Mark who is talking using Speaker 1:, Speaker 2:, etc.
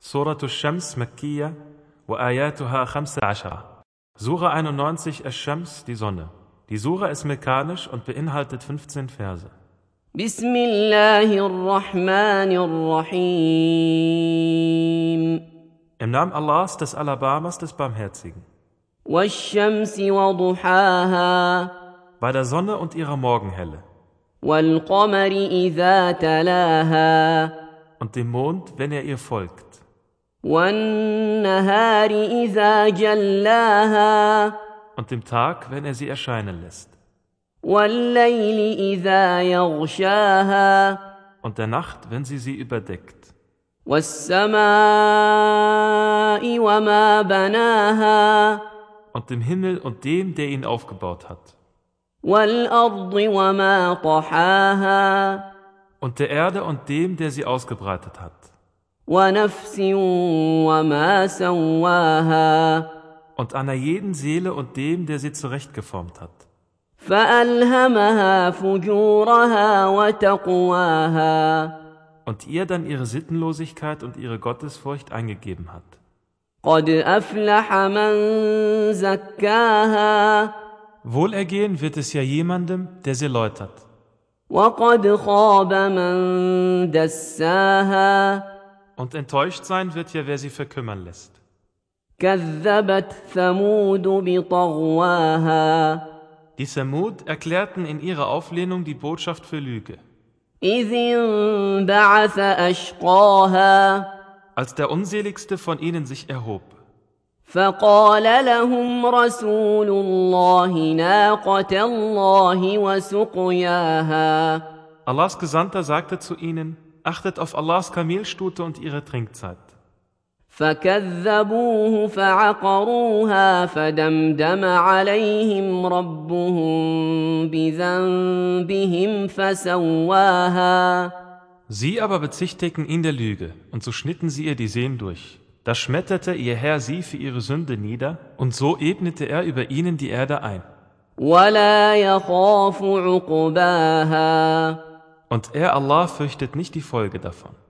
Speaker 1: Surah Ash-Shams Makkiyah wa ayatuha 15. Sura 91 Ash-Shams, die Sonne. Die Sura ist mekanisch und beinhaltet 15 Verse.
Speaker 2: بسم الله الرحمن الرحيم
Speaker 1: Im Namen Allahs, des Alabamas, des Barmherzigen.
Speaker 2: والشمس وضحاها
Speaker 1: Bei der Sonne und ihrer Morgenhelle.
Speaker 2: والقمر إذا تلاها
Speaker 1: Und dem Mond, wenn er ihr folgt.
Speaker 2: والنهار إذا جلاها
Speaker 1: Und dem Tag, wenn er sie erscheinen lässt.
Speaker 2: والليل إذا يغشاها
Speaker 1: Und der Nacht, wenn sie sie überdeckt.
Speaker 2: والسماء وما بناها
Speaker 1: Und dem Himmel und dem, der ihn aufgebaut hat.
Speaker 2: والأرض وما طحاها
Speaker 1: Und der Erde und dem, der sie ausgebreitet hat.
Speaker 2: ونفس وما سواها
Speaker 1: Und einer jeden Seele und dem, der sie zurechtgeformt hat.
Speaker 2: فألهمها فجورها وتقواها
Speaker 1: Und ihr dann ihre Sittenlosigkeit und ihre Gottesfurcht eingegeben hat.
Speaker 2: قد أفلح من زكاها
Speaker 1: Wohlergehen wird es ja jemandem, der sie läutert.
Speaker 2: وقد خاب من دساها
Speaker 1: Und enttäuscht sein wird ja, wer sie verkümmern lässt.
Speaker 2: كذبت ثمود بطغواها
Speaker 1: Die Samud erklärten in ihrer Auflehnung die Botschaft für Lüge,
Speaker 2: إذ انبعث أشقاها
Speaker 1: als der unseligste von ihnen sich erhob.
Speaker 2: فقال لهم رسول الله ناقة الله وسقياها
Speaker 1: Allahs Gesandter sagte zu ihnen, achtet auf Allahs Kamelstute und ihre Trinkzeit.
Speaker 2: فكذبوه فعقروها فدمدم عليهم ربهم بذنبهم فسواها
Speaker 1: Sie aber bezichtigten ihn der Lüge, und so schnitten sie ihr die Sehnen durch. Da schmetterte ihr Herr sie für ihre Sünde nieder, und so ebnete er über ihnen die Erde ein.
Speaker 2: ولا يخاف عقباها
Speaker 1: Und er, Allah, fürchtet nicht die Folge davon.